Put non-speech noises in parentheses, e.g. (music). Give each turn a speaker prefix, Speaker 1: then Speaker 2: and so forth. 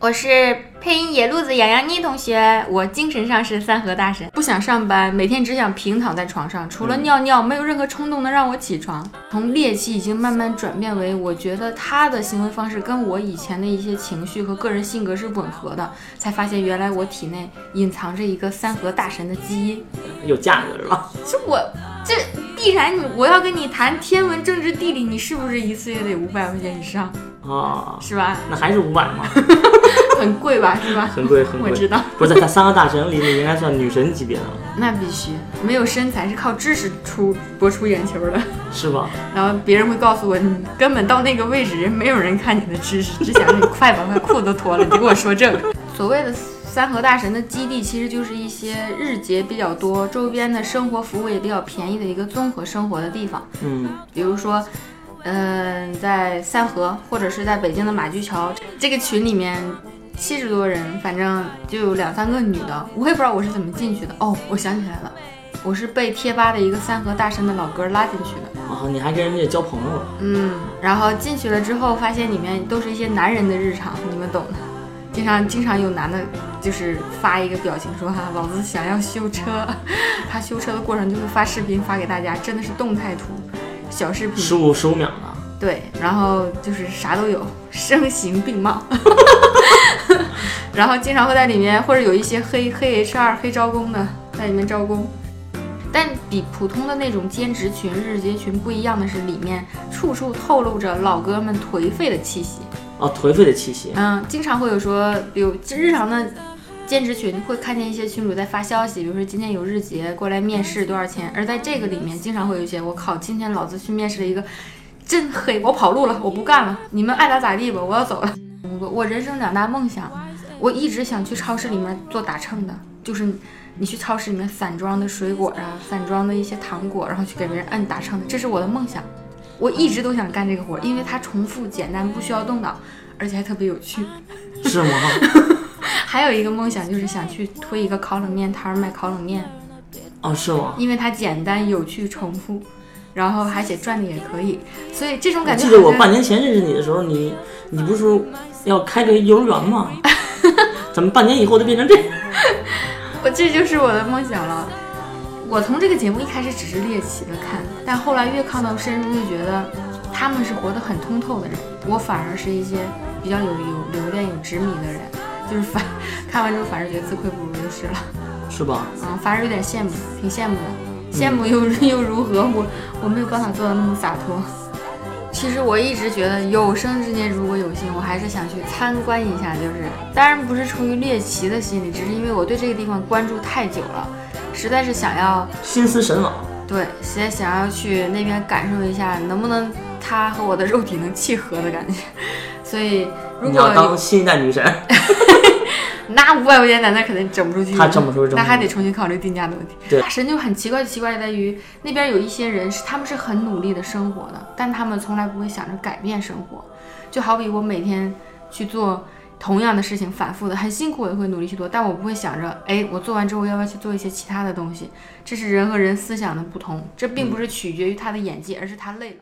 Speaker 1: 我是配音野路子洋洋妮同学，我精神上是三和大神，不想上班，每天只想平躺在床上，除了尿尿，没有任何冲动能让我起床。从猎奇已经慢慢转变为，我觉得他的行为方式跟我以前的一些情绪和个人性格是吻合的，才发现原来我体内隐藏着一个三和大神的基因。
Speaker 2: 有架子是吧？
Speaker 1: 这我这必然你，我要跟你谈天文、政治、地理，你是不是一次也得五百块钱以上，
Speaker 2: 哦，
Speaker 1: 是吧？
Speaker 2: 那还是五百吗？
Speaker 1: 很贵吧，是吧？
Speaker 2: (laughs) 很贵很
Speaker 1: 我
Speaker 2: 贵。
Speaker 1: 知道，
Speaker 2: 不是在三个大神里，你应该算女神级别的了，
Speaker 1: 那必须没有身材是靠知识出博出眼球的。
Speaker 2: 是吧？
Speaker 1: 然后别人会告诉我，你根本到那个位置，人没有人看你的知识，只想让你快把快裤都脱了。你就跟我说这个。所谓的三和大神的基地，其实就是一些日结比较多、周边的生活服务也比较便宜的一个综合生活的地方。
Speaker 2: 嗯，
Speaker 1: 比如说，嗯、在三河或者是在北京的马驹桥这个群里面，七十多人，反正就有两三个女的，我也不知道我是怎么进去的。哦，我想起来了，我是被贴吧的一个三河大神的老哥拉进去的。
Speaker 2: 哦，你还跟人家交朋友了？
Speaker 1: 嗯，然后进去了之后，发现里面都是一些男人的日常，你们懂的。经常经常有男的，就是发一个表情说哈、老子想要修车， (laughs) 他修车的过程就会发视频发给大家，真的是动态图，小视频，
Speaker 2: 十五十五秒的，
Speaker 1: 对，然后就是啥都有，声形并茂。 (laughs) 然后经常会在里面，或者有一些黑黑 HR、黑招工的在里面招工。但比普通的那种兼职群、日结群不一样的是，里面处处透露着老哥们颓废的气息。
Speaker 2: 哦，颓废的气息。
Speaker 1: 嗯，经常会有说，比如日常的兼职群会看见一些群主在发消息，比如说今天有日结过来面试多少钱，而在这个里面经常会有一些，我靠，今天老子去面试了一个，真黑，我跑路了，我不干了，你们爱咋咋地吧，我要走了。我我人生两大梦想，我一直想去超市里面做打秤的，就是你去超市里面散装的水果啊，散装的一些糖果，然后去给别人按打秤的，这是我的梦想。我一直都想干这个活儿，因为它重复、简单，不需要动脑，而且还特别有趣。
Speaker 2: 是吗？
Speaker 1: 还有一个梦想就是想去推一个烤冷面摊儿卖烤冷面，
Speaker 2: 哦，是吗？
Speaker 1: 因为它简单、有趣、重复，然后而且赚的也可以，所以这种
Speaker 2: 我
Speaker 1: 感觉
Speaker 2: 记得我
Speaker 1: 好像
Speaker 2: 半年前认识你的时候，你你不是说要开个幼儿园
Speaker 1: (laughs)
Speaker 2: 吗？怎么半年以后就变成这样？
Speaker 1: 我这就是我的梦想了。我从这个节目一开始只是猎奇的看，但后来越看到深入，就觉得他们是活得很通透的人，我反而是一些比较有有留恋、有执迷的人，就是反 (laughs) 看完之后反而觉得自愧不如就是了。
Speaker 2: 是吧？
Speaker 1: 嗯，反正有点羡慕，挺羡慕的。羡慕又又如何？我我没有办法做到那么洒脱。其实我一直觉得，有生之年如果有幸，我还是想去参观一下。就是，当然不是出于猎奇的心理，只是因为我对这个地方关注太久了，实在是想要
Speaker 2: 心思神往。
Speaker 1: 对，实在想要去那边感受一下，能不能它和我的肉体能契合的感觉。所以，如
Speaker 2: 你
Speaker 1: 果嗯
Speaker 2: 要当新一代女神，
Speaker 1: 那五百块钱在那肯定整不出去，
Speaker 2: 他挣不出挣不出
Speaker 1: 那还得重新考虑定价的问题。
Speaker 2: 对
Speaker 1: 大神就很奇怪，奇怪在于那边有一些人是他们是很努力的生活的，但他们从来不会想着改变生活。就好比我每天去做同样的事情，反复的很辛苦，我也会努力去做，但我不会想着，哎，我做完之后要不要去做一些其他的东西？这是人和人思想的不同，这并不是取决于他的演技，而是他累了。